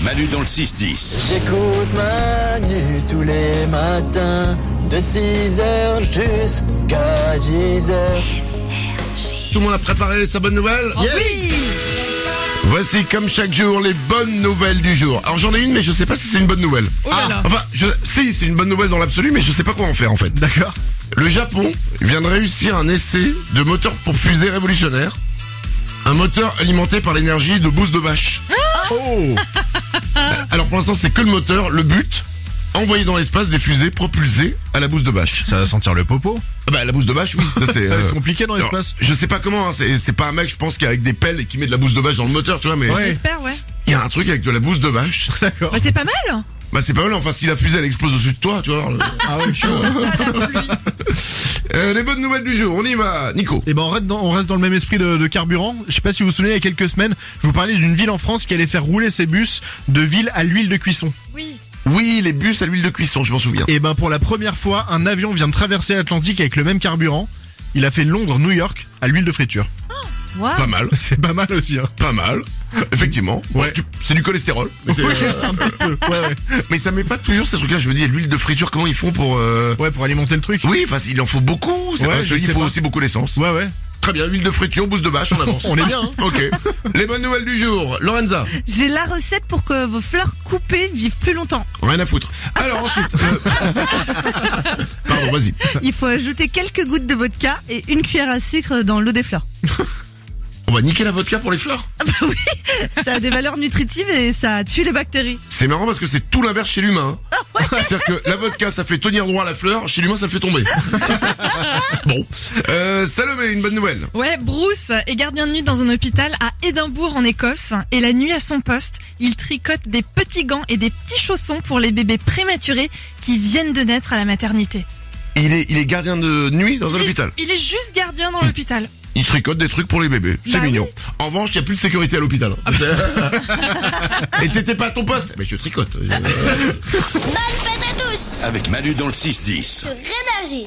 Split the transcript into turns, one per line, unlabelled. Manu dans le 6-10.
J'écoute Manu tous les matins, de 6h jusqu'à 10h.
Tout le monde a préparé sa bonne nouvelle
Ah
Voici comme chaque jour les bonnes nouvelles du jour. Alors j'en ai une mais je sais pas si c'est une bonne nouvelle.
Oh
Ah.
là là.
enfin je si c'est une bonne nouvelle dans l'absolu mais je sais pas quoi en faire en fait. D'accord. Le Japon vient de réussir un essai de moteur pour fusée révolutionnaire. Un moteur alimenté par l'énergie de bouse de vache.
Ah.
Oh Alors pour l'instant c'est que le moteur, le but envoyer dans l'espace des fusées propulsées à la bouse de vache.
Ça va sentir le popo.
Ah Bah la bouse de vache oui, ça c'est
Ça va
euh,
être compliqué dans
alors,
l'espace.
je sais pas comment, hein, c'est c'est pas un mec je pense qui est avec des pelles et qui met de la bouse de vache dans le moteur, tu vois mais
J'espère, ouais.
il y a un truc avec de la bouse de vache.
D'accord.
Bah, c'est pas mal.
Bah c'est pas mal, enfin si la fusée elle explose au-dessus de toi, tu vois.
Ah ouais, chaud.
Euh, les bonnes nouvelles du jour, on y va, Nico.
Et ben on reste dans, on reste dans le même esprit de, de carburant. Je sais pas si vous vous souvenez, il y a quelques semaines, je vous parlais d'une ville en France qui allait faire rouler ses bus de ville à l'huile de cuisson.
Oui.
Oui, les bus à l'huile de cuisson, je m'en souviens.
Et ben pour la première fois, un avion vient de traverser l'Atlantique avec le même carburant. Il a fait Londres-New York à l'huile de friture.
Waouh.
Pas mal,
C'est pas mal aussi. Hein.
pas mal. Effectivement.
Ouais. euh,
Bon, tu- C'est du cholestérol. Mais, c'est-
un petit peu. Ouais, ouais.
mais ça met pas toujours ces trucs-là. Je me dis, l'huile de friture, comment ils font pour... euh,
ouais, pour alimenter le truc.
Oui, enfin, il en faut beaucoup. C'est
Ouais,
pas-
je
il
sais
faut
pas.
aussi beaucoup d'essence.
Ouais, ouais.
Très bien, huile de friture, bouse de vache, on avance.
On est bien. hein.
ok. Les bonnes nouvelles du jour, Lorenza.
J'ai la recette pour que vos fleurs coupées vivent plus longtemps.
Rien à foutre. Alors ensuite... euh, Pardon, vas-y.
Il faut ajouter quelques gouttes de vodka et une cuillère à sucre dans l'eau des fleurs.
On va niquer la vodka pour les fleurs.
Ah bah oui, ça a des valeurs nutritives et ça tue les bactéries.
C'est marrant parce que c'est tout l'inverse chez l'humain. hein.
Ah
C'est-à-dire que la vodka, ça fait tenir droit la fleur, chez l'humain, ça le fait tomber. bon. Euh, Salomé, une bonne nouvelle.
Ouais, Bruce est gardien de nuit dans un hôpital à Édimbourg en Écosse et la nuit à son poste, il tricote des petits gants et des petits chaussons pour les bébés prématurés qui viennent de naître à la maternité.
Il est, il est gardien de nuit dans un
Il-
hôpital.
Il est juste gardien dans l'hôpital.
Il tricote des trucs pour les bébés. C'est
Bah
mignon. En revanche, il n'y a plus de sécurité à l'hôpital. hein. Et t'étais pas à ton poste Mais je tricote.
Bonne fête à tous
Avec Manu dans le 6-10.
sur Énergie.